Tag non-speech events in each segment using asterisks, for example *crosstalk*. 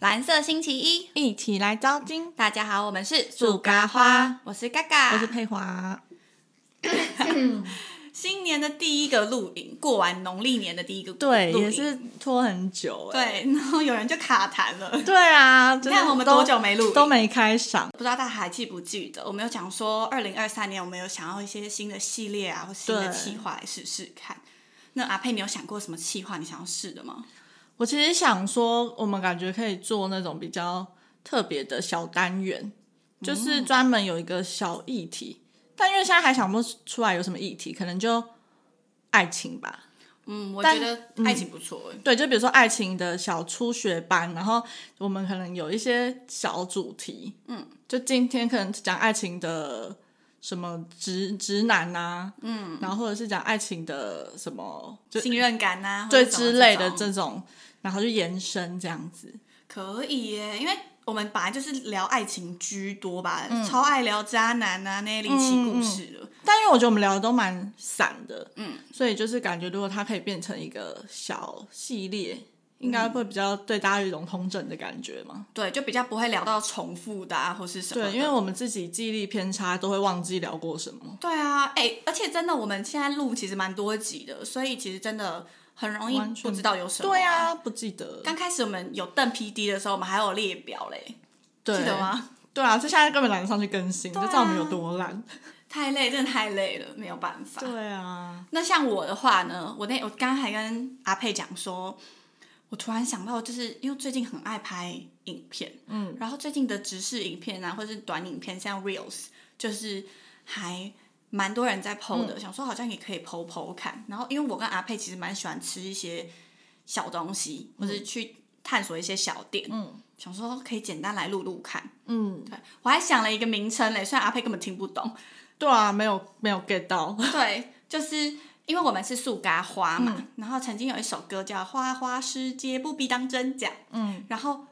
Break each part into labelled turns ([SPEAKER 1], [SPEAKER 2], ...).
[SPEAKER 1] 蓝色星期一，
[SPEAKER 2] 一起来招金。
[SPEAKER 1] 大家好，我们是
[SPEAKER 2] 树咖花，
[SPEAKER 1] 我是嘎嘎，
[SPEAKER 2] 我是佩华，
[SPEAKER 1] 新年的第一个露营，过完农历年的第一个
[SPEAKER 2] 对，
[SPEAKER 1] 露营
[SPEAKER 2] 也是拖很久哎、
[SPEAKER 1] 对，然后有人就卡痰了。
[SPEAKER 2] 对啊，你
[SPEAKER 1] 你看我们多久没录
[SPEAKER 2] 都
[SPEAKER 1] 影
[SPEAKER 2] 没开场，
[SPEAKER 1] 不知道大家还记不记得，我们有讲说，二零二三年我们有想要一些新的系列啊，或新的
[SPEAKER 2] 对
[SPEAKER 1] 企划来试试看。那阿佩，你有想过什么企划你想要试的吗？
[SPEAKER 2] 我其实想说，我们感觉可以做那种比较特别的小单元，
[SPEAKER 1] 嗯
[SPEAKER 2] 就是专门有一个小议题。但因为现在还想不出来有什么议题，可能就爱情吧。
[SPEAKER 1] 嗯，我
[SPEAKER 2] 但
[SPEAKER 1] 觉得爱情不错、欸
[SPEAKER 2] 对，就比如说爱情的小初学班，然后我们可能有一些小主题，嗯，就今天可能讲爱情的什么直直男啊，嗯，然后或者是讲爱情的什么就
[SPEAKER 1] 信任感呐、啊，
[SPEAKER 2] 对
[SPEAKER 1] 或者什么
[SPEAKER 2] 之类的
[SPEAKER 1] 种
[SPEAKER 2] 这种，然后就延伸这样子，
[SPEAKER 1] 可以耶，因为我们本来就是聊爱情居多吧，
[SPEAKER 2] 嗯
[SPEAKER 1] 超爱聊渣男啊那些离奇故事的。
[SPEAKER 2] 但因为我觉得我们聊的都蛮散的，嗯，所以就是感觉如果它可以变成一个小系列，应该会比较对大家有一种通整的感觉嘛。
[SPEAKER 1] 对，就比较不会聊到重复的啊，或是什么的。
[SPEAKER 2] 对，因为我们自己记忆力偏差，都会忘记聊过什么。
[SPEAKER 1] 对啊，哎、而且真的，我们现在录其实蛮多集的，所以其实真的很容易
[SPEAKER 2] 完全
[SPEAKER 1] 不知道有什么、
[SPEAKER 2] 对，啊，不记得，
[SPEAKER 1] 刚开始我们有邓 PD 的时候，我们还有列表嘞，
[SPEAKER 2] 对
[SPEAKER 1] 记得？吗？啊
[SPEAKER 2] 对啊，就现在根本懒得上去更新，就知道我们有多懒。
[SPEAKER 1] 太累，真的太累了，没有办法。
[SPEAKER 2] 对啊，
[SPEAKER 1] 那像我的话呢，我那我刚刚还跟阿佩讲说，我突然想到，就是因为最近很爱拍影片，嗯，然后最近的直视影片啊，或是短影片，像 reels，就是还蛮多人在 PO 的，想说好像也可以 PO PO 看。然后因为我跟阿佩其实蛮喜欢吃一些小东西，或是去探索一些小店，嗯，想说可以简单来录录看。
[SPEAKER 2] 嗯，
[SPEAKER 1] 对我还想了一个名称嘞，虽然阿佩根本听不懂，
[SPEAKER 2] 对啊，没有没有 get 到，
[SPEAKER 1] *laughs* 对，就是因为我们是素咖花嘛，
[SPEAKER 2] 嗯
[SPEAKER 1] 然后曾经有一首歌叫《花花世界不必当真假》，嗯，然后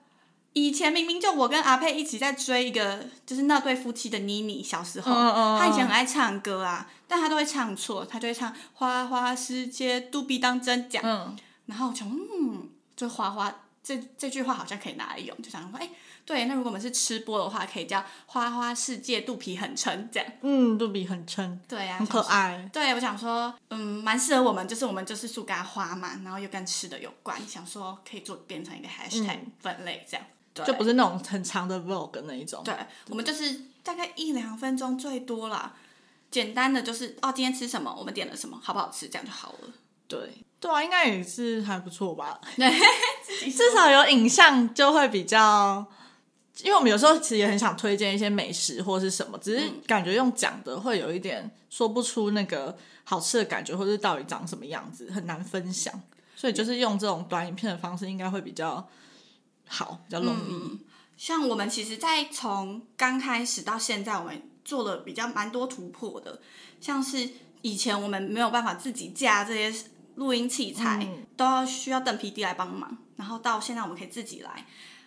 [SPEAKER 1] 以前明明就我跟阿佩一起在追一个，就是那对夫妻的妮妮，小时候，
[SPEAKER 2] 嗯嗯嗯
[SPEAKER 1] 她以前很爱唱歌啊，但她都会唱错，她就会唱《花花世界不必当真假》，
[SPEAKER 2] 嗯，
[SPEAKER 1] 然后我就嗯，这花花这这句话好像可以拿来用，就想说，哎，对，那如果我们是吃播的话，可以叫花花世界肚皮很撑这样，
[SPEAKER 2] 嗯，杜比很撑，
[SPEAKER 1] 对呀、啊，
[SPEAKER 2] 很可爱，
[SPEAKER 1] 对，我想说，嗯，蛮适合我们，就是我们就是树咖花嘛，然后又跟吃的有关，想说可以做变成一个 hashtag 分类这样，对，
[SPEAKER 2] 就不是那种很长的 vlog 那一种。
[SPEAKER 1] 对，我们就是大概一两分钟最多啦，简单的就是哦，今天吃什么，我们点了什么，好不好吃，这样就好了。
[SPEAKER 2] 对对啊，应该也是还不错
[SPEAKER 1] *laughs*
[SPEAKER 2] 吧，
[SPEAKER 1] 至
[SPEAKER 2] 至少有影像就会比较。因为我们有时候其实也很想推荐一些美食或是什么，只
[SPEAKER 1] 嗯
[SPEAKER 2] 是感觉用讲的会有一点说不出那个好吃的感觉，或是到底长什么样子，很难分享。所以就是用这种短影片的方式，应该会比较好，比较容易。
[SPEAKER 1] 嗯像我们其实，在从刚开始到现在，我们做了比较蛮多突破的，像是以前我们没有办法自己架这些录音器材，
[SPEAKER 2] 嗯
[SPEAKER 1] 都要需要邓 PD 来帮忙，然后到现在我们可以自己来。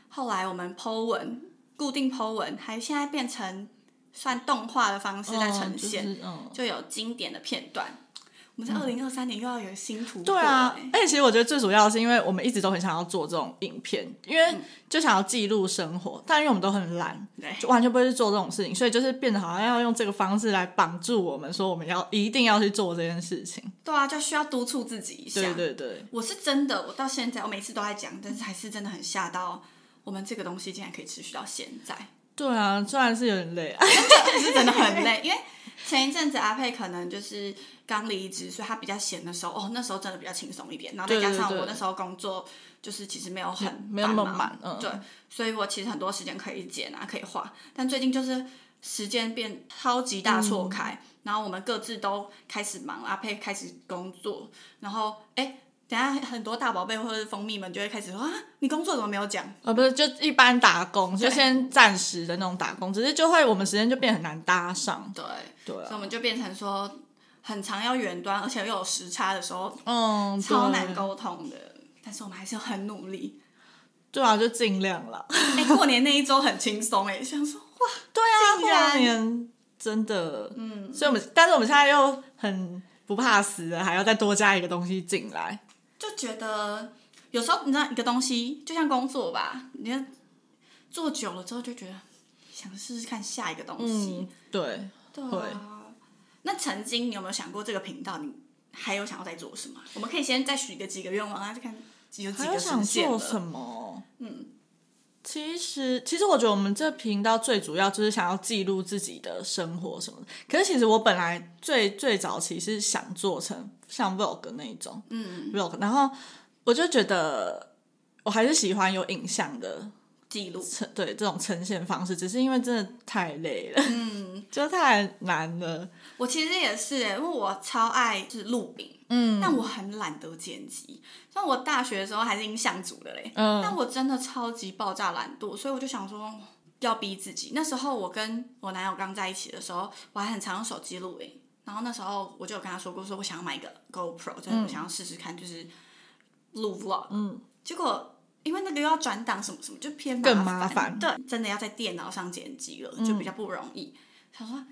[SPEAKER 1] 后来我们 Po 文，固定 Po 文，还现在变成算动画的方式在呈
[SPEAKER 2] 嗯
[SPEAKER 1] 现，
[SPEAKER 2] 就是嗯，
[SPEAKER 1] 就有经典的片段。我们在二零二三年又要有一个新突破、
[SPEAKER 2] 对啊
[SPEAKER 1] 欸，
[SPEAKER 2] 而且其实我觉得最主要的是，因为我们一直都很想要做这种影片，因为就想要记录生活，但因为我们都很懒，
[SPEAKER 1] 嗯对
[SPEAKER 2] 就完全不会去做这种事情，所以就是变得好像要用这个方式来绑住我们，说我们要一定要去做这件事情。
[SPEAKER 1] 对啊，就需要督促自己一下。
[SPEAKER 2] 对对对，
[SPEAKER 1] 我是真的，我到现在我每次都在讲，但是还是真的很吓到，我们这个东西竟然可以持续到现在，
[SPEAKER 2] 对啊，虽然是有点累啊， *laughs*
[SPEAKER 1] 是真的很累。因为前一阵子阿佩可能就是刚离职，所以他比较闲的时候，哦，那时候真的比较轻松一点。然后再
[SPEAKER 2] 对
[SPEAKER 1] 加
[SPEAKER 2] 对
[SPEAKER 1] 上
[SPEAKER 2] 对
[SPEAKER 1] 我那时候工作就是其实没有很
[SPEAKER 2] 没有那么
[SPEAKER 1] 繁忙
[SPEAKER 2] 满，嗯，
[SPEAKER 1] 对，所以我其实很多时间可以剪啊，可以画，但最近就是时间变超级大错开，
[SPEAKER 2] 嗯
[SPEAKER 1] 然后我们各自都开始忙，阿佩开始工作，然后哎。等一下，很多大宝贝或者是蜂蜜们就会开始说啊，你工作怎么没有讲？
[SPEAKER 2] 呃，不是，就一般打工，就先暂时的那种打工，只是就会我们时间就变很难搭上，
[SPEAKER 1] 对，
[SPEAKER 2] 对
[SPEAKER 1] 所以
[SPEAKER 2] 啊，
[SPEAKER 1] 我们就变成说，很常要远端，而且又有时差的时候，
[SPEAKER 2] 嗯，
[SPEAKER 1] 超
[SPEAKER 2] 对
[SPEAKER 1] 难，沟通的。但是我们还是很努力。 *laughs*
[SPEAKER 2] 对啊，就尽量啦。
[SPEAKER 1] 哎、过年那一周很轻松哎，想说哇，
[SPEAKER 2] 对啊，
[SPEAKER 1] 竟然
[SPEAKER 2] 过年真的，嗯，所以我们，但是我们现在又很不怕死了，还要再多加一个东西进来，
[SPEAKER 1] 就觉得有时候你知道一个东西，就像工作吧，你要做久了之后就觉得想试试看下一个东西。
[SPEAKER 2] 嗯，对，
[SPEAKER 1] 对啊。那曾经你有没有想过这个频道你还有想要再做什么？我们可以先再许个几个愿望啊，就看有几
[SPEAKER 2] 还有
[SPEAKER 1] 个
[SPEAKER 2] 想
[SPEAKER 1] 实现
[SPEAKER 2] 做
[SPEAKER 1] 了。
[SPEAKER 2] 什么？嗯，其实其实我觉得我们这频道最主要就是想要记录自己的生活什么的。可是其实我本来最最早期是想做成像 vlog 那一种，嗯，vlog，然后我就觉得我还是喜欢有影像的
[SPEAKER 1] 记录，
[SPEAKER 2] 呈对这种呈现方式，只是因为真的太累了，嗯，就太难了。
[SPEAKER 1] 我其实也是、欸，因为我超爱就是录影，嗯，但我很懒得剪辑。像我大学的时候还是音像组的嘞，
[SPEAKER 2] 嗯
[SPEAKER 1] 但我真的超级爆炸懒惰，所以我就想说要逼自己。那时候我跟我男友刚在一起的时候，我还很常用手机录影，然后那时候我就有跟他说过，说我想要买一个 GoPro，就是
[SPEAKER 2] 嗯
[SPEAKER 1] 我想要试试看，就是录 vlog，嗯，结果。因为那个又要转档什么什么，就偏麻
[SPEAKER 2] 更
[SPEAKER 1] 烦。
[SPEAKER 2] 麻烦嗯
[SPEAKER 1] 对，真的要在电脑上剪辑了，就比较不容易。想说，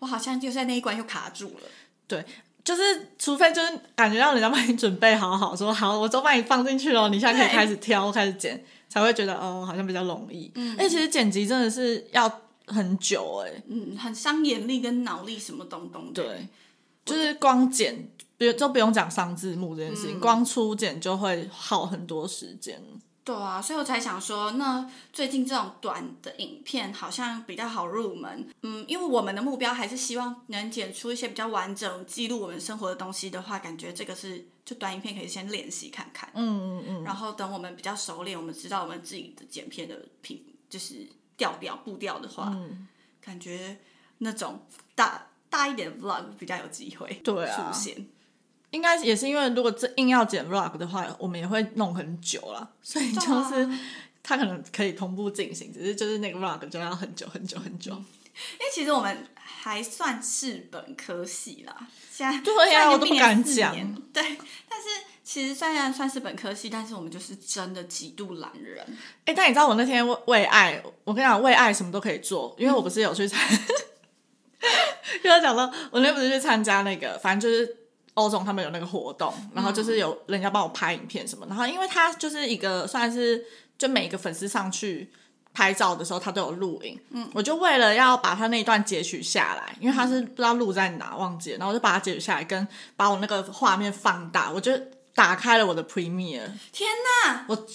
[SPEAKER 1] 我好像就在那一关又卡住了。
[SPEAKER 2] 对，就是除非就是感觉让人家帮你准备好好，说好我都帮你放进去了，你现在可以
[SPEAKER 1] 对
[SPEAKER 2] 开始挑开始剪，才会觉得哦好像比较容易。嗯，哎，其实剪辑真的是要很久哎、
[SPEAKER 1] 嗯，很伤眼力跟脑力什么东东的。
[SPEAKER 2] 对，就是光剪，别就不用讲上字幕这件事情，
[SPEAKER 1] 嗯
[SPEAKER 2] 光初剪就会耗很多时间。
[SPEAKER 1] 对啊，所以我才想说，那最近这种短的影片好像比较好入门。嗯，因为我们的目标还是希望能剪出一些比较完整、记录我们生活的东西的话，感觉这个是就短影片可以先练习看看。
[SPEAKER 2] 嗯嗯嗯，
[SPEAKER 1] 然后等我们比较熟练，我们知道我们自己的剪片的品就是调调步调的话，
[SPEAKER 2] 嗯
[SPEAKER 1] 感觉那种大大一点的 vlog 比较有机会
[SPEAKER 2] 对啊
[SPEAKER 1] 出现。
[SPEAKER 2] 应该也是因为如果这硬要剪 vlog 的话，我们也会弄很久啦， *laughs* 所以就是。
[SPEAKER 1] 对啊
[SPEAKER 2] 它可能可以同步进行，只是就是那个 vlog 就要很久很久很久。
[SPEAKER 1] 因为其实我们还算是本科系啦，现在
[SPEAKER 2] 对啊
[SPEAKER 1] 虽然已经
[SPEAKER 2] 我都不
[SPEAKER 1] 毕业
[SPEAKER 2] 敢
[SPEAKER 1] 四
[SPEAKER 2] 讲
[SPEAKER 1] 年对，但是其实虽然算是本科系，但是我们就是真的极度懒人。
[SPEAKER 2] 哎、但你知道我那天为为爱，我跟你讲，为爱什么都可以做，因为我不是有去参， *laughs* 跟他讲到，我那天不是去参加那个，反正就是欧总他们有那个活动，然后就是有人家帮我拍影片什么，然后因为他就是一个算是就每一个粉丝上去。拍照的时候，他都有录影。嗯，我就为了要把他那一段截取下来，因为他是不知道录在哪，忘记了，然后我就把它截取下来，跟把我那个画面放大，我就打开了我的 Premiere，
[SPEAKER 1] 天哪！我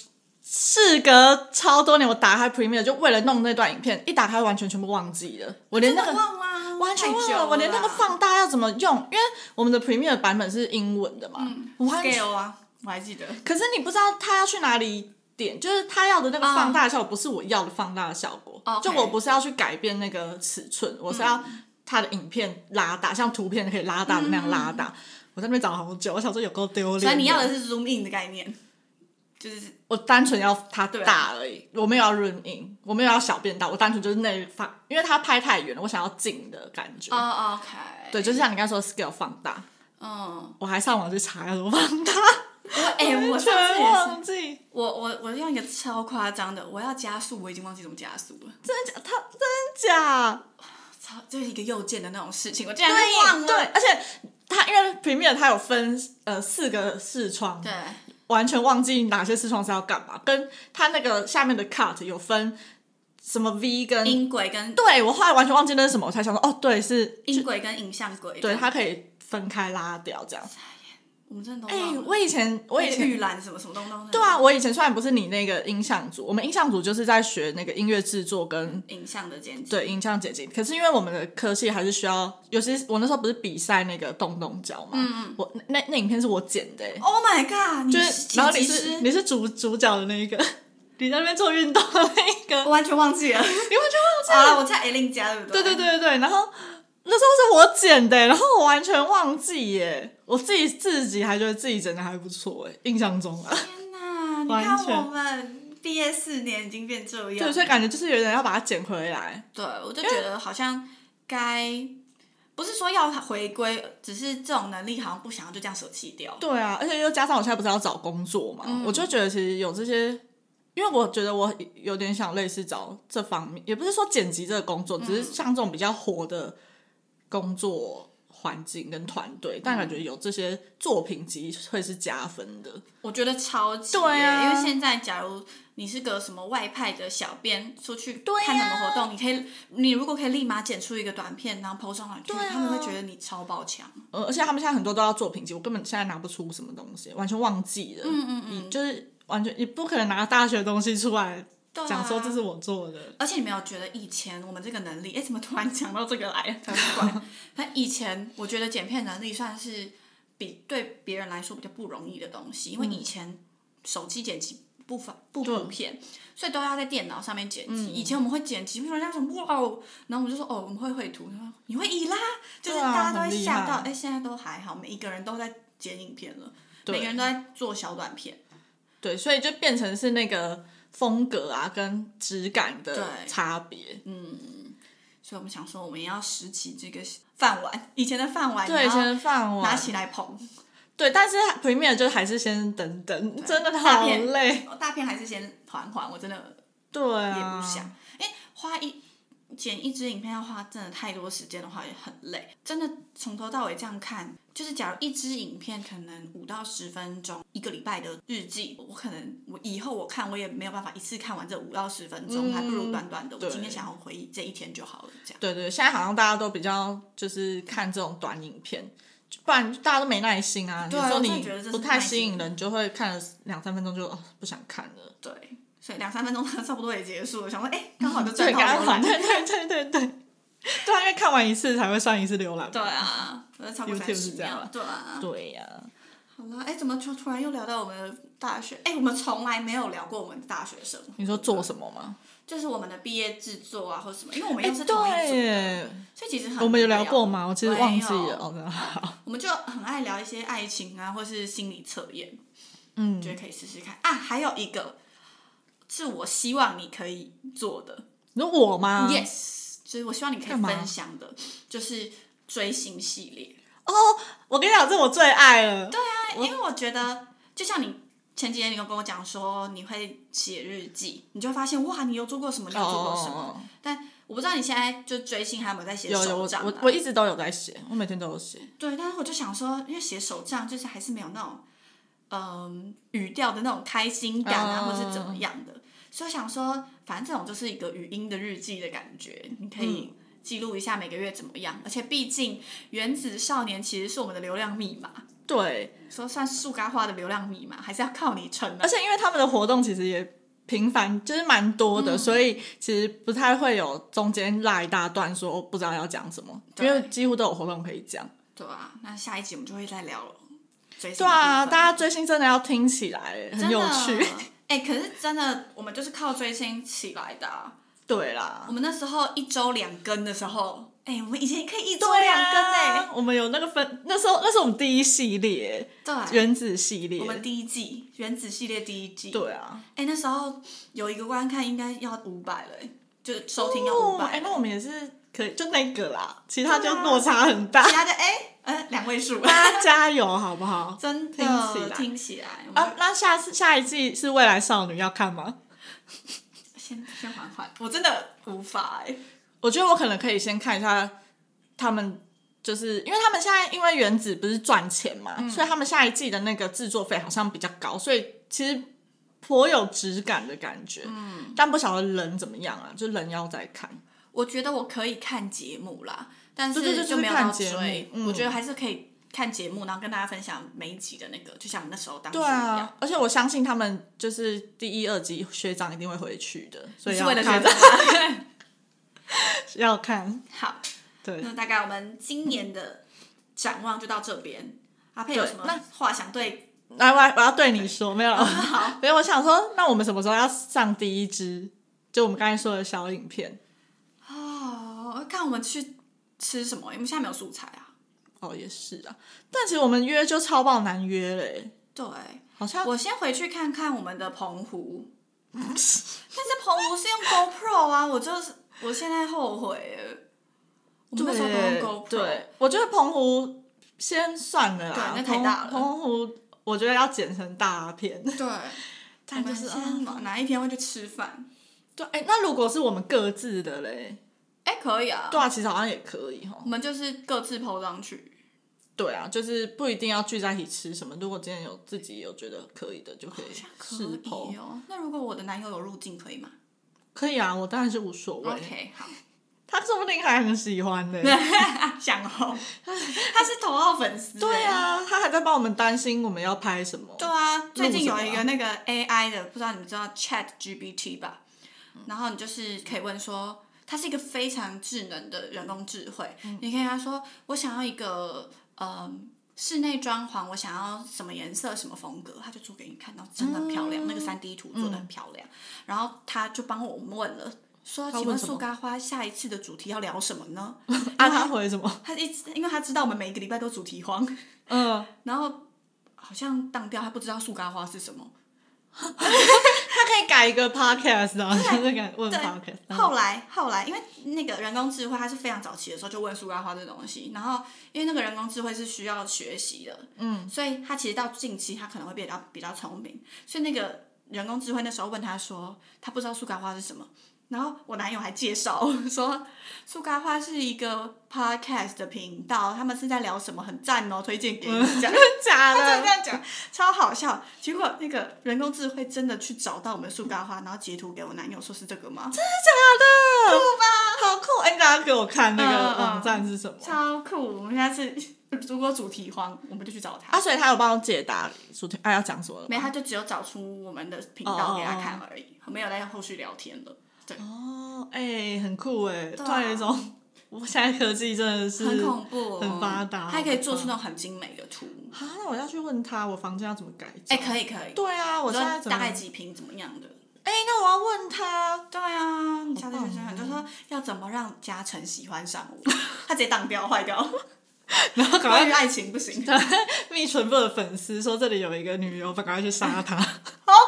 [SPEAKER 2] 事隔超多年，我打开 Premiere 就为了弄那段影片，一打开完全全部忘记了，我连那个
[SPEAKER 1] 忘啦，
[SPEAKER 2] 完全
[SPEAKER 1] 太
[SPEAKER 2] 忘
[SPEAKER 1] 久
[SPEAKER 2] 了，我连那个
[SPEAKER 1] 啦
[SPEAKER 2] 放大要怎么用，因为我们的 Premiere 版本是英文的嘛，我完全。
[SPEAKER 1] 嗯 scale 啊，我还记得。
[SPEAKER 2] 可是你不知道他要去哪里点，就是他要的那个放大效果不是我要的放大的效果
[SPEAKER 1] OK 嗯
[SPEAKER 2] 就我不是要去改变那个尺寸，我是要他的影片拉大，像图片可以拉大的那样拉大。我在那边找好久，我想说有够丢脸。
[SPEAKER 1] 嗯所以你要的是 zoom in 的概念，就是
[SPEAKER 2] 我单纯要它
[SPEAKER 1] 对啊
[SPEAKER 2] 大而已，我没有要润音，我没有要小变大，我单纯就是那放，因为它拍太远了，我想要近的感觉。
[SPEAKER 1] 哦、o k
[SPEAKER 2] 对，就是像你刚才说 scale 放大，
[SPEAKER 1] 嗯，
[SPEAKER 2] 我还上网去查要怎么放大，
[SPEAKER 1] 我 *laughs* 哎、我上次
[SPEAKER 2] 全
[SPEAKER 1] 也是，
[SPEAKER 2] 忘记。
[SPEAKER 1] 我我我用一个超夸张的，我要加速，我已经忘记怎么加速了，
[SPEAKER 2] 真的假？它真的假？
[SPEAKER 1] 超就是一个右键的那种事情，我竟然就忘啊
[SPEAKER 2] 对对，
[SPEAKER 1] 了，
[SPEAKER 2] 而且它因为 Premiere 它有分呃四个视窗，
[SPEAKER 1] 对，
[SPEAKER 2] 完全忘记哪些视窗是要干嘛，跟它那个下面的 cut 有分什么 V 跟，
[SPEAKER 1] 音轨跟
[SPEAKER 2] 对我后来完全忘记那是什么，我才想说哦，对是
[SPEAKER 1] 音轨跟影像轨，
[SPEAKER 2] 对，它可以分开拉掉这样。
[SPEAKER 1] 我们真的都
[SPEAKER 2] 哎、
[SPEAKER 1] 忘了。
[SPEAKER 2] 我以前哎我以
[SPEAKER 1] 那个
[SPEAKER 2] 前
[SPEAKER 1] 预览什么什么东东的，
[SPEAKER 2] 对啊，，我以前虽然不是你那个音像组，我们音像组就是在学那个音乐制作跟
[SPEAKER 1] 影像的剪辑，
[SPEAKER 2] 对音像剪辑，可是因为我们的科系还是需要，尤其是我那时候不是比赛那个动动脚嘛，我那那那影片是我剪的、欸，
[SPEAKER 1] ，Oh my god，就
[SPEAKER 2] 就是然后你是你是主主角的那一个， *laughs* 你在那边做运动的那一个，
[SPEAKER 1] 我完全忘
[SPEAKER 2] *laughs*
[SPEAKER 1] 记了，
[SPEAKER 2] 你完全忘记
[SPEAKER 1] 好了，我在 A 令家，对不
[SPEAKER 2] 对对
[SPEAKER 1] 对
[SPEAKER 2] 对对对，然后那时候是我剪的，然后我完全忘记耶，我自己自己还觉得自己剪的还不错哎，印象中啊， *laughs*
[SPEAKER 1] 天哪，你
[SPEAKER 2] 完
[SPEAKER 1] 看
[SPEAKER 2] 全
[SPEAKER 1] 我们毕业四年已经变这样，
[SPEAKER 2] 对，所以感觉就是有人要把它剪回来，
[SPEAKER 1] 对，我就觉得好像该不是说要回归，只是这种能力好像不想要就这样舍弃掉。
[SPEAKER 2] 对啊，而且又加上我现在不是要找工作嘛，我就觉得其实有这些，因为我觉得我有点想类似找这方面，也不是说剪辑这个工作，只是像这种比较活的工作。环境跟团队，但感觉有这些作品集会是加分的。
[SPEAKER 1] 我觉得超级
[SPEAKER 2] 对啊
[SPEAKER 1] 耶因为现在假如你是个什么外派的小编，出去
[SPEAKER 2] 啊
[SPEAKER 1] 看什么活动，你可以，你如果可以立马剪出一个短片，然后 PO 上来，就
[SPEAKER 2] 啊
[SPEAKER 1] 他们会觉得你超爆强。
[SPEAKER 2] 呃，而且他们现在很多都要作品集，我根本现在拿不出什么东西，完全忘记了。嗯嗯嗯，就是完全你不可能拿大学的东西出来
[SPEAKER 1] 对啊
[SPEAKER 2] 讲说这是我做的。
[SPEAKER 1] 而且你没有觉得以前我们这个能力，哎，怎么突然讲到这个来了？才不管。
[SPEAKER 2] *laughs*
[SPEAKER 1] 那以前我觉得剪片能力算是比对别人来说比较不容易的东西，因
[SPEAKER 2] 嗯
[SPEAKER 1] 为以前手机剪辑不方不普遍，所以都要在电脑上面剪辑。
[SPEAKER 2] 嗯
[SPEAKER 1] 以前我们会剪辑，比如说像什么哇哦，然后我们就说哦我们会绘图，他说你会以啦，就是
[SPEAKER 2] 对啊
[SPEAKER 1] 大家都会吓到。
[SPEAKER 2] 很厉
[SPEAKER 1] 哎、现在都还好，每一个人都在剪影片了，每个人都在做小短片。
[SPEAKER 2] 对，所以就变成是那个风格啊跟质感的
[SPEAKER 1] 对
[SPEAKER 2] 差别。
[SPEAKER 1] 所以我们想说，我们也要拾起这个饭碗，以前的饭碗，
[SPEAKER 2] 对，
[SPEAKER 1] 然后
[SPEAKER 2] 先放
[SPEAKER 1] 拿
[SPEAKER 2] 完。
[SPEAKER 1] 起来捧。
[SPEAKER 2] 对，但是 Premiere 就还是先等等，真的
[SPEAKER 1] 大
[SPEAKER 2] 好
[SPEAKER 1] 片
[SPEAKER 2] 累。
[SPEAKER 1] 哦大片还是先缓缓，我真的
[SPEAKER 2] 对
[SPEAKER 1] 也
[SPEAKER 2] 啊，
[SPEAKER 1] 不想。哎、花一剪一支影片要花真的太多时间的话，也很累。真的从头到尾这样看，就是假如一支影片可能五到十分钟，一个礼拜的日记，我可能我以后我看我也没有办法一次看完这五到十分钟，还不如短短的，我
[SPEAKER 2] 嗯对
[SPEAKER 1] 今天想要回忆这一天就好了，这样。
[SPEAKER 2] 对对，现在好像大家都比较就是看这种短影片，就不然大家都没耐心啊。
[SPEAKER 1] 对
[SPEAKER 2] 你说
[SPEAKER 1] 我真的觉得
[SPEAKER 2] 你
[SPEAKER 1] 这
[SPEAKER 2] 不
[SPEAKER 1] 是
[SPEAKER 2] 太
[SPEAKER 1] 耐心
[SPEAKER 2] 吸引人，你就会看了两三分钟就、哦、不想看了。
[SPEAKER 1] 对，所以两三分钟差不多也结束了，想说哎，诶刚、好就
[SPEAKER 2] *laughs* 对，
[SPEAKER 1] 转到
[SPEAKER 2] 刚
[SPEAKER 1] 浏
[SPEAKER 2] 好，
[SPEAKER 1] 览。
[SPEAKER 2] 对对对对对，对啊，因为看完一次才会算一次浏览。
[SPEAKER 1] 对啊，我超过
[SPEAKER 2] YouTube
[SPEAKER 1] 三
[SPEAKER 2] 是
[SPEAKER 1] 十
[SPEAKER 2] 这样
[SPEAKER 1] 秒
[SPEAKER 2] 吧，
[SPEAKER 1] 对啊。
[SPEAKER 2] 对呀、
[SPEAKER 1] 好啦，哎，怎么突突然又聊到我们的大学？哎，我们从来没有聊过我们的大学生活，
[SPEAKER 2] 你说做什么吗？
[SPEAKER 1] 就是我们的毕业制作啊，或者什么，因为我们
[SPEAKER 2] 哎，
[SPEAKER 1] 又是同一
[SPEAKER 2] 对
[SPEAKER 1] 组的，
[SPEAKER 2] 耶，
[SPEAKER 1] 所以其实很
[SPEAKER 2] 我们有聊过吗？我其实忘记
[SPEAKER 1] 没
[SPEAKER 2] 了。
[SPEAKER 1] 有
[SPEAKER 2] 哦，那好，
[SPEAKER 1] 我们就很爱聊一些爱情啊，或是心理测验，
[SPEAKER 2] 嗯，
[SPEAKER 1] 觉得可以试试看啊。还有一个是我希望你可以做的、
[SPEAKER 2] 你说我吗
[SPEAKER 1] y e s 就是我希望你可以
[SPEAKER 2] 干嘛
[SPEAKER 1] 分享的，就是追星系列。
[SPEAKER 2] 哦，我跟你讲，这我最爱了。对，
[SPEAKER 1] 因为我觉得，就像你前几天你有跟我讲说你会写日记，你就会发现哇，你有做过什么，你有做过什么。
[SPEAKER 2] 哦，
[SPEAKER 1] 但我不知道你现在就追星还有没有在写
[SPEAKER 2] 有有，
[SPEAKER 1] 手
[SPEAKER 2] 我
[SPEAKER 1] 账、啊
[SPEAKER 2] 我我一直都有在写，我每天都有写。
[SPEAKER 1] 对，但是我就想说，因为写手账就是还是没有那种嗯语调的那种开心感
[SPEAKER 2] 嗯
[SPEAKER 1] 啊，或是怎么样的，所以我想说，反正这种就是一个语音的日记的感觉，你可
[SPEAKER 2] 嗯
[SPEAKER 1] 以。记录一下每个月怎么样，而且毕竟《原子少年》其实是我们的流量密码，
[SPEAKER 2] 对，
[SPEAKER 1] 说算树咖花的流量密码，还是要靠你撑啊的。
[SPEAKER 2] 而且因为他们的活动其实也频繁，就是蛮多
[SPEAKER 1] 嗯
[SPEAKER 2] 的，所以其实不太会有中间落一大段说不知道要讲什么，因
[SPEAKER 1] 对
[SPEAKER 2] 为几乎都有活动可以讲。
[SPEAKER 1] 对啊，那下一集我们就会再聊了。对
[SPEAKER 2] 呃对啊，大家追星真的要听起来，很有趣。。 *laughs*
[SPEAKER 1] *laughs* 哎、可是真的，我们就是靠追星起来的啊、
[SPEAKER 2] 对啦
[SPEAKER 1] 我，们那时候一周两更的时候，哎、我们以前可以一周
[SPEAKER 2] 对
[SPEAKER 1] 两更哎、
[SPEAKER 2] 啊，我们有那个分，那时候那是我们第一系列
[SPEAKER 1] 对，啊
[SPEAKER 2] 原子系列
[SPEAKER 1] 我，们第一季原子系列第一季。
[SPEAKER 2] 对啊。
[SPEAKER 1] 哎、那时候有一个观看应该要五百了、哎就是收听要五
[SPEAKER 2] 哦，
[SPEAKER 1] 百、啊
[SPEAKER 2] 哎，那我们也是可以，就那个啦，其他就落差很大
[SPEAKER 1] 其。他的哎，呃，两
[SPEAKER 2] *laughs*
[SPEAKER 1] 位数。
[SPEAKER 2] 大家加油好不好？
[SPEAKER 1] 真的
[SPEAKER 2] 听起来
[SPEAKER 1] 听起来，我们
[SPEAKER 2] 啊，那下次下一季是未来少女要看吗？
[SPEAKER 1] 先先缓缓，我真的无法哎、
[SPEAKER 2] 我觉得我可能可以先看一下他们，就是因为他们现在因为原子不是赚钱嘛，
[SPEAKER 1] 嗯
[SPEAKER 2] 所以他们下一季的那个制作费好像比较高，所以其实颇有质感的感觉。嗯，但不晓得人怎么样啊，就人要再看。
[SPEAKER 1] 我觉得我可以看节目啦，但
[SPEAKER 2] 对对对
[SPEAKER 1] 是
[SPEAKER 2] 就是
[SPEAKER 1] 没有到
[SPEAKER 2] 看节目
[SPEAKER 1] 追。
[SPEAKER 2] 嗯
[SPEAKER 1] 我觉得还是可以看节目，然后跟大家分享每一集的那个，就像那时候当时一
[SPEAKER 2] 对
[SPEAKER 1] 样。
[SPEAKER 2] 啊，而且我相信他们就是第一、二集学长一定会回去的，所以
[SPEAKER 1] 是
[SPEAKER 2] 要
[SPEAKER 1] 为了学
[SPEAKER 2] 看
[SPEAKER 1] 长吗。
[SPEAKER 2] *laughs* 要看。
[SPEAKER 1] 好，
[SPEAKER 2] 对
[SPEAKER 1] *laughs* 那大概我们今年的展望就到这边。阿佩有
[SPEAKER 2] 对
[SPEAKER 1] 什么
[SPEAKER 2] 那
[SPEAKER 1] 话想对？
[SPEAKER 2] 来，我要我要对你说， *laughs* 没有啦。
[SPEAKER 1] 好，
[SPEAKER 2] 所以我想说，那我们什么时候要上第一支？就我们刚才说的小影片。
[SPEAKER 1] 哦，看我们去吃什么？因为现在没有素材啊。
[SPEAKER 2] 哦，也是啊。但其实我们约就超爆难约嘞、
[SPEAKER 1] 对，
[SPEAKER 2] 好像
[SPEAKER 1] 我先回去看看我们的澎湖，但是澎湖是用 GoPro 啊，我就是我现在后悔了，我们那时候都用 GoPro，
[SPEAKER 2] 对，我觉得澎湖先算了啦，
[SPEAKER 1] 对啊那太大了
[SPEAKER 2] 澎澎湖我觉得要剪成大片，
[SPEAKER 1] *laughs* 对，我
[SPEAKER 2] 但就
[SPEAKER 1] 们
[SPEAKER 2] 是
[SPEAKER 1] 先
[SPEAKER 2] 啊
[SPEAKER 1] 嗯哪一天会去吃饭？
[SPEAKER 2] 对，哎、那如果是我们各自的嘞，
[SPEAKER 1] 哎，可以啊，
[SPEAKER 2] 对啊，其实好像也可以哈。
[SPEAKER 1] 我们就是各自 PO 上去，
[SPEAKER 2] 对啊，就是不一定要聚在一起吃什么。如果今天有自己有觉得可以的，就可以
[SPEAKER 1] 可
[SPEAKER 2] 试
[SPEAKER 1] 以
[SPEAKER 2] 剖。
[SPEAKER 1] 哦。那如果我的男友有入境可以吗
[SPEAKER 2] 可以啊，我当然是无所谓。
[SPEAKER 1] ？OK，好，
[SPEAKER 2] 他说不定还很喜欢呢、
[SPEAKER 1] *laughs* 想哦， *laughs* 他是头号粉丝欸。
[SPEAKER 2] 对啊，他还在帮我们担心我们要拍什么。
[SPEAKER 1] 对啊，最近有一
[SPEAKER 2] 什么
[SPEAKER 1] 个那个 AI 的，不知道你们知道 Chat GPT 吧？
[SPEAKER 2] 嗯
[SPEAKER 1] 然后你就是可以问说，它是一个非常智能的人工智慧，
[SPEAKER 2] 嗯
[SPEAKER 1] 你可以跟他说，我想要一个呃室内装潢，我想要什么颜色、什么风格，他就做给你看，然后真的很漂
[SPEAKER 2] 嗯
[SPEAKER 1] 亮，那个三 D 图做的很漂亮，然后他就帮我们问了。说，
[SPEAKER 2] 他
[SPEAKER 1] 请
[SPEAKER 2] 问
[SPEAKER 1] 问
[SPEAKER 2] 什么
[SPEAKER 1] 树咖花下一次的主题要聊什么
[SPEAKER 2] *laughs*
[SPEAKER 1] 呢？
[SPEAKER 2] 啊，他回
[SPEAKER 1] *laughs*
[SPEAKER 2] 什么？
[SPEAKER 1] 他一直因为他知道我们每一个礼拜都主题荒，
[SPEAKER 2] 嗯，
[SPEAKER 1] 然后好像当掉，他不知道树咖花是什么，
[SPEAKER 2] 他可以改一个 podcast 啊，就是改问
[SPEAKER 1] 对
[SPEAKER 2] podcast，然后
[SPEAKER 1] 后来后来，因为那个人工智慧它是非常早期的时候就问苏拉花这东西，然后因为那个人工智慧是需要学习的，嗯，所以它其实到近期它可能会比较比较聪明，所以那个人工智慧那时候问他说，他不知道苏嘎花是什么。然后我男友还介绍说，苏嘎花是一个 podcast 的频道，他们是在聊什么，很赞哦，推荐给你这样。
[SPEAKER 2] 假
[SPEAKER 1] 他真的这
[SPEAKER 2] 的，
[SPEAKER 1] 样讲，超好笑。结果那个人工智慧真的去找到我们树咖花，然后截图给我男友，说是这个吗？
[SPEAKER 2] 假的，酷吧？好酷！哎、大家给我看那
[SPEAKER 1] 嗯嗯
[SPEAKER 2] 个
[SPEAKER 1] 嗯
[SPEAKER 2] 网站是什么？
[SPEAKER 1] 超酷！我们下次 *laughs* 如果主题荒，我们就去找他。
[SPEAKER 2] 啊，所以他有帮我解答主题，哎、要讲什么了吗？
[SPEAKER 1] 没，他就只有找出我们的频道给他看而已，没有在后续聊天了。对，
[SPEAKER 2] 哦，哎、很酷哎、
[SPEAKER 1] 啊
[SPEAKER 2] 突然有一种， *laughs* 我现在科技真的是
[SPEAKER 1] 很恐怖、哦，
[SPEAKER 2] 很发达
[SPEAKER 1] 他还可以做出那种很精美的图。
[SPEAKER 2] 啊，那我要去问他，我房间要怎么改造？
[SPEAKER 1] 哎、可以可以。
[SPEAKER 2] 对啊，我
[SPEAKER 1] 我
[SPEAKER 2] 现在
[SPEAKER 1] 说
[SPEAKER 2] 怎
[SPEAKER 1] 大
[SPEAKER 2] 么？
[SPEAKER 1] 概
[SPEAKER 2] 哎、
[SPEAKER 1] 几瓶怎么样的？
[SPEAKER 2] 那我要问
[SPEAKER 1] *laughs*
[SPEAKER 2] 他，
[SPEAKER 1] 对啊，你下次去想想，就说要怎么让嘉诚喜欢上 *laughs* 我，他直接当掉坏掉了。
[SPEAKER 2] 然后赶
[SPEAKER 1] *laughs* 关于
[SPEAKER 2] 快
[SPEAKER 1] 爱情不行，
[SPEAKER 2] 蜜唇部的粉丝说这里有一个女优，赶快去杀她。
[SPEAKER 1] 好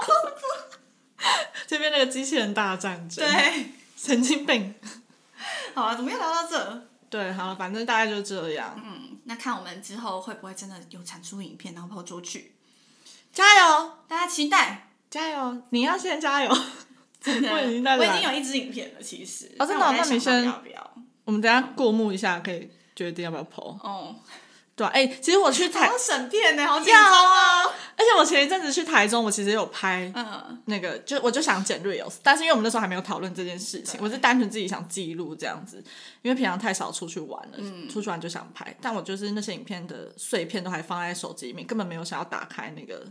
[SPEAKER 1] 恐
[SPEAKER 2] *laughs* 这边那个机器人大战争，，
[SPEAKER 1] 对，
[SPEAKER 2] 神经病。
[SPEAKER 1] *laughs* 好啊，怎么又聊到这？
[SPEAKER 2] 对，好了，反正大概就这样，
[SPEAKER 1] 嗯，那看我们之后会不会真的有产出影片，然后抛出去，
[SPEAKER 2] 加油，
[SPEAKER 1] 大家期待。
[SPEAKER 2] 加油！你要先加 *laughs* 油。
[SPEAKER 1] 真的，
[SPEAKER 2] 我已经在
[SPEAKER 1] 我已
[SPEAKER 2] 懒
[SPEAKER 1] 经有一支影片了，其实。
[SPEAKER 2] 哦真的哦
[SPEAKER 1] 但我在
[SPEAKER 2] 那你
[SPEAKER 1] 想到
[SPEAKER 2] 先
[SPEAKER 1] 要不要？
[SPEAKER 2] 我们等一下过目一下，可以决定要不要 PO。
[SPEAKER 1] 哦，
[SPEAKER 2] 对啊，哎、其实我去
[SPEAKER 1] 还
[SPEAKER 2] 台，
[SPEAKER 1] 要审片欸呢，好紧张啊！
[SPEAKER 2] 而且我前一阵子去台中，我其实有拍
[SPEAKER 1] 嗯，
[SPEAKER 2] 那个就我就想剪 reels，但是因为我们那时候还没有讨论这件事情，我是单纯自己想记录这样子，因为平常太少出去玩了，
[SPEAKER 1] 嗯
[SPEAKER 2] 出去玩就想拍，但我就是那些影片的碎片都还放在手机里面，根本没有想要打开那个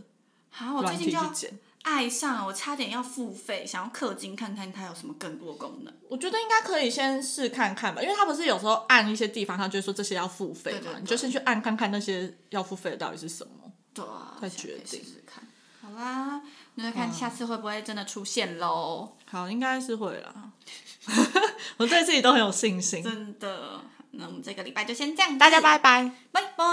[SPEAKER 1] 好，我
[SPEAKER 2] 软
[SPEAKER 1] 最近
[SPEAKER 2] 体
[SPEAKER 1] 就
[SPEAKER 2] 去
[SPEAKER 1] 要
[SPEAKER 2] 剪。
[SPEAKER 1] 爱上，我差点要付费，想要氪金看看它有什么更多功能。
[SPEAKER 2] 我觉得应该可以先试看看吧，因为他不是有时候按一些地方，他就会说这些要付费嘛，
[SPEAKER 1] 对对对
[SPEAKER 2] 你就先去按看看那些要付费的到底是什么。
[SPEAKER 1] 对啊，
[SPEAKER 2] 再
[SPEAKER 1] 想可以
[SPEAKER 2] 决定
[SPEAKER 1] 试试看。好啦，那就看下次会不会真的出现喽。
[SPEAKER 2] 好，应该是会啦， *laughs* 我对自己都很有信心。
[SPEAKER 1] 真的，那我们这个礼拜就先这样子，
[SPEAKER 2] 大家拜拜。
[SPEAKER 1] 拜拜。